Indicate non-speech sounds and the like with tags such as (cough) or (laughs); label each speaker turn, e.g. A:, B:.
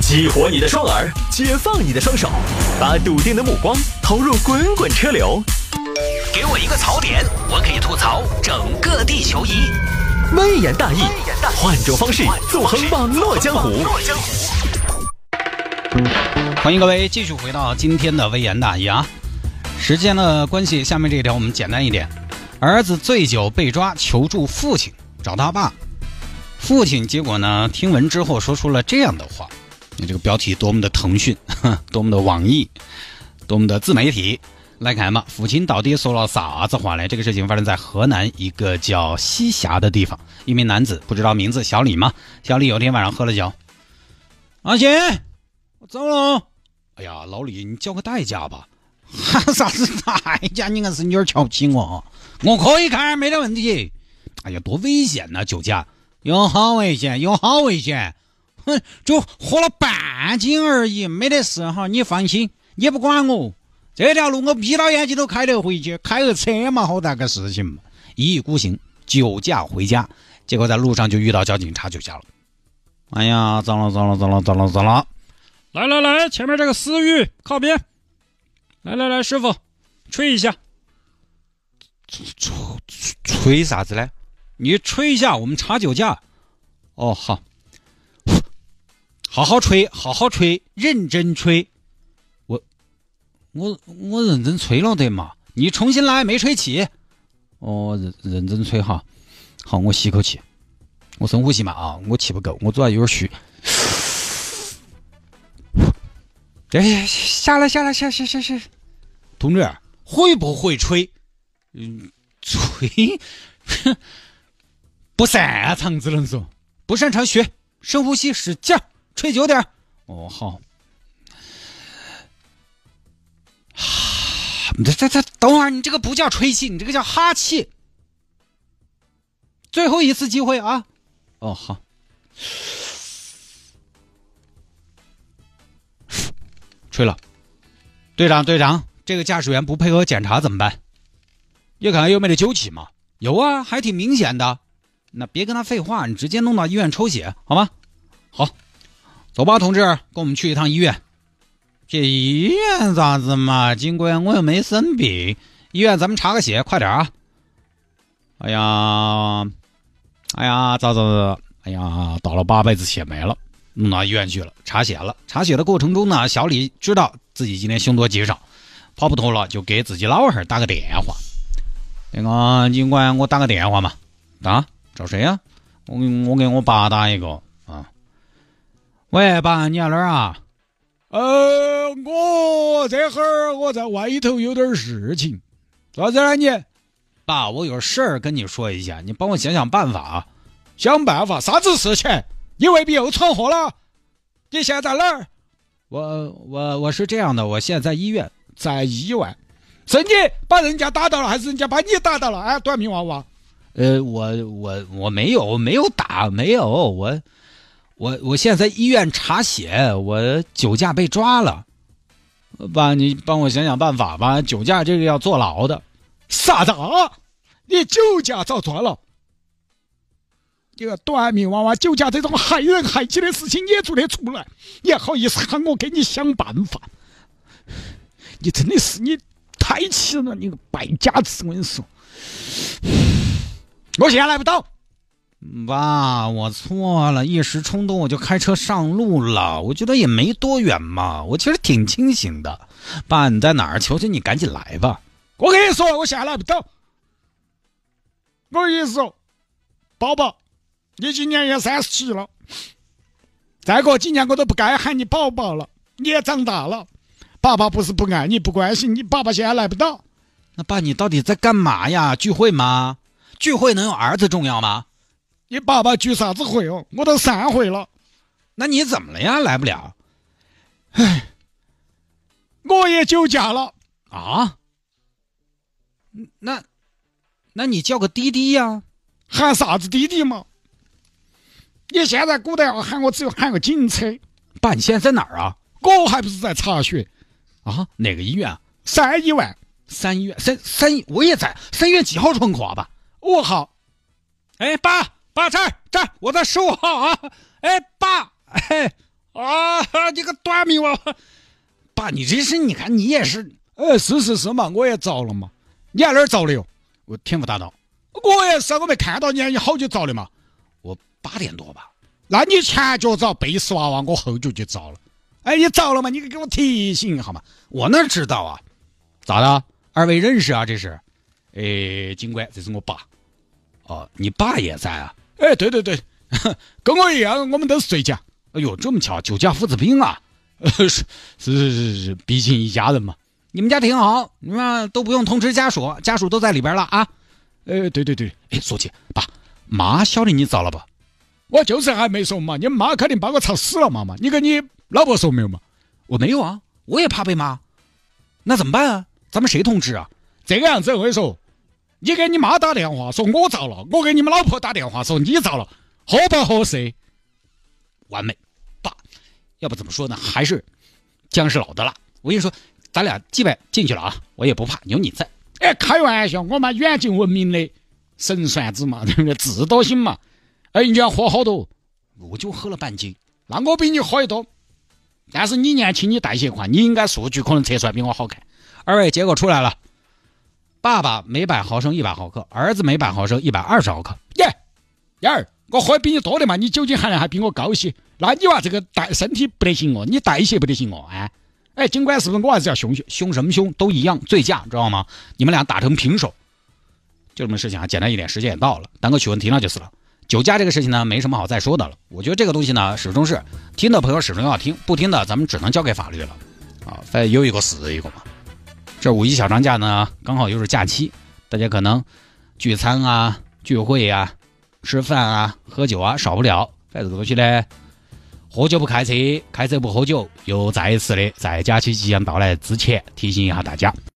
A: 激活你的双耳，解放你的双手，把笃定的目光投入滚滚车流。
B: 给我一个槽点，我可以吐槽整个地球仪。
A: 微言大义
B: 言大，义
A: 换种方式纵横网络江湖。
C: 欢迎各位继续回到今天的微言大义啊！时间的关系，下面这一条我们简单一点。儿子醉酒被抓，求助父亲，找他爸。父亲结果呢，听闻之后说出了这样的话：你这个标题多么的腾讯，呵多么的网易，多么的自媒体。来看嘛，父亲到底说了啥子话呢？这个事情发生在河南一个叫西峡的地方，一名男子不知道名字，小李嘛。小李有天晚上喝了酒，阿贤，我走了哦。哎呀，老李，你交个代价吧。哈， (laughs) 啥子代价？你硬是有点瞧不起我哦。我可以开，没得问题。哎呀，多危险呐、酒驾有好危险，有好危险。哼，就喝了半斤而已，没得事哈，你放心，也不管我。这条路我闭到眼睛都开得回去，开个车嘛，好大个事情嘛。一意孤行，酒驾回家，结果在路上就遇到交警查酒驾了。哎呀，糟了糟了糟了糟了糟了！
D: 来来来，前面这个思域靠边。来来来，师傅，吹一下，
C: 吹啥子嘞？你吹一下，我们查酒驾。哦，好，好好吹，好好吹，认真吹。我，我，我认真吹了对嘛？你重新来，没吹起。哦，认认真吹哈。好，我吸口气，我深呼吸嘛啊，我气不够，我主要有点虚。哎，下来，下来，下下下下。同志，啊会不会吹？嗯吹，不啊擅长，只能说不擅长学，深呼吸，使劲儿吹久点儿。哦，好。啊，这这这，等会儿你这个不叫吹气，你这个叫哈气。最后一次机会啊！哦，好。吹了，队长，队长，这个驾驶员不配合检查怎么办？叶凯又没得酒气嘛？有啊，还挺明显的。那别跟他废话，你直接弄到医院抽血好吗？好，走吧，同志，跟我们去一趟医院。这医院咋子嘛？警官，我又没生病。医院，咱们查个血，快点啊！哎呀，哎呀，咋咋咋？哎呀，倒了八辈子血霉了，弄到医院去了，查血了。查血的过程中呢，小李知道自己今天凶多吉少，跑不脱了，就给自己老汉儿打个电话。那个警官，我打个电话嘛，打找谁呀、我给我给我爸打一个啊。喂，爸，你在哪儿啊？
D: 呃，我这会儿我在外头有点事情，咋子了你？
C: 爸，我有事儿跟你说一下，你帮我想想办法啊。
D: 想办法，啥子事情？你未必又闯祸了？你现在哪儿？
C: 我我我是这样的，我现在在医院。
D: 在医院，是你把人家打到了，还是人家把你打到了？哎，短命娃娃，
C: 呃，我我我没有我没有打，没有我我我现在在医院查血，我酒驾被抓了。爸，你帮我想想办法吧，酒驾这个要坐牢的。
D: 啥子啊？你酒驾遭抓了？你个短命娃娃，酒驾这种害人害己的事情也做得出来，你还好意思喊我给你想办法？你真的是你太气人了，你个败家子！我跟你说，我现在来不到，
C: 爸，我错了，一时冲动我就开车上路了。我觉得也没多远嘛，我其实挺清醒的。爸，你在哪儿？求求你赶紧来吧。
D: 我跟你说，我现在来不到。我跟你说，宝宝，你今年也三十七了，再过几年我都不该喊你宝宝了，你也长大了。爸爸不是不爱你、不关心你，爸爸现在来不到。
C: 那爸，你到底在干嘛呀？聚会吗？聚会能有儿子重要吗？
D: 你爸爸聚啥子会哦？我都散会了，
C: 那你怎么了呀？来不了
D: 我也酒驾了。
C: 啊？那，那你叫个滴滴呀、
D: 喊啥子滴滴嘛？你现在古代要喊我，只有喊个警车，
C: 爸，你现在在哪儿啊？
D: 我还不是在查血？
C: 啊，哪个医院啊？
D: 三一万
C: 三医院，三三医，我也在。三月几号窗口啊，爸？
D: 五号，
C: 哎，爸，爸这儿这儿，我在十五号啊。哎，爸，哎，
D: 啊，啊，你个短命娃娃！爸，你这是你看你也是，呃，是是是嘛，我也遭了嘛。你在哪儿遭的哟？
C: 我天府大道，
D: 我也是，我没看到你，你好久遭的嘛？
C: 我八点多吧，
D: 那你前脚遭背死娃娃，我后脚就遭了。哎，你遭了嘛？你给我提醒一下嘛。
C: 我哪知道啊？咋的？二位认识啊？这是？哎，警官，这是我爸。哦，你爸也在啊？
D: 哎，对对对，
C: (laughs)
D: 跟我一样，我们都是醉驾。
C: 哎呦，这么巧，酒驾父子兵啊！ (laughs)
D: 是是是是是，毕竟一家人嘛。
C: 你们家挺好，你们都不用通知家属，家属都在里边了啊。
D: 哎，对对对，
C: 哎，说起爸妈晓得你遭了吧？
D: 我就是还没说嘛，你妈肯定把我吵死了嘛嘛。你跟你老婆说没有嘛？
C: 我没有啊，我也怕被骂。那怎么办啊？咱们谁通知啊？
D: 这个样子，我跟你说，你给你妈打电话说我遭了，我给你们老婆打电话说你遭了，合不合适？
C: 完美，爸，要不怎么说呢？还是姜是老的辣。我跟你说，咱俩击败进去了啊，我也不怕，有你在。
D: 哎，开玩笑，我们远近闻名的神算子嘛，对不对？智多星嘛。哎，你要喝好多，
C: 我就喝了半斤。
D: 那我比你喝得多，但是你年轻，你代谢快，你应该数据可能测出来比我好看。
C: 二位结果出来了，爸爸每百毫升一百毫克，儿子每百毫升一百二十毫克。
D: 耶，燕儿，我喝得比你多的嘛，你酒精含量还比我高些。那你娃这个代身体不得行哦，你代谢不得行哦，哎。哎，尽管是不是我还是要凶
C: 凶什么凶都一样，醉驾知道吗？你们俩打成平手，就这么事情啊，简单一点，时间也到了，当个取问题了就是了。酒驾这个事情呢，没什么好再说的了。我觉得这个东西呢，始终是听的朋友始终要听，不听的咱们只能交给法律了。啊，反正有一个是一个嘛。这五一小长假呢，刚好又是假期，大家可能聚餐啊、聚会啊、吃饭啊、喝酒啊少不了。反正这个东西呢，喝酒不开车，开车不喝酒。又再一次的在假期即将到来之前提醒一下大家。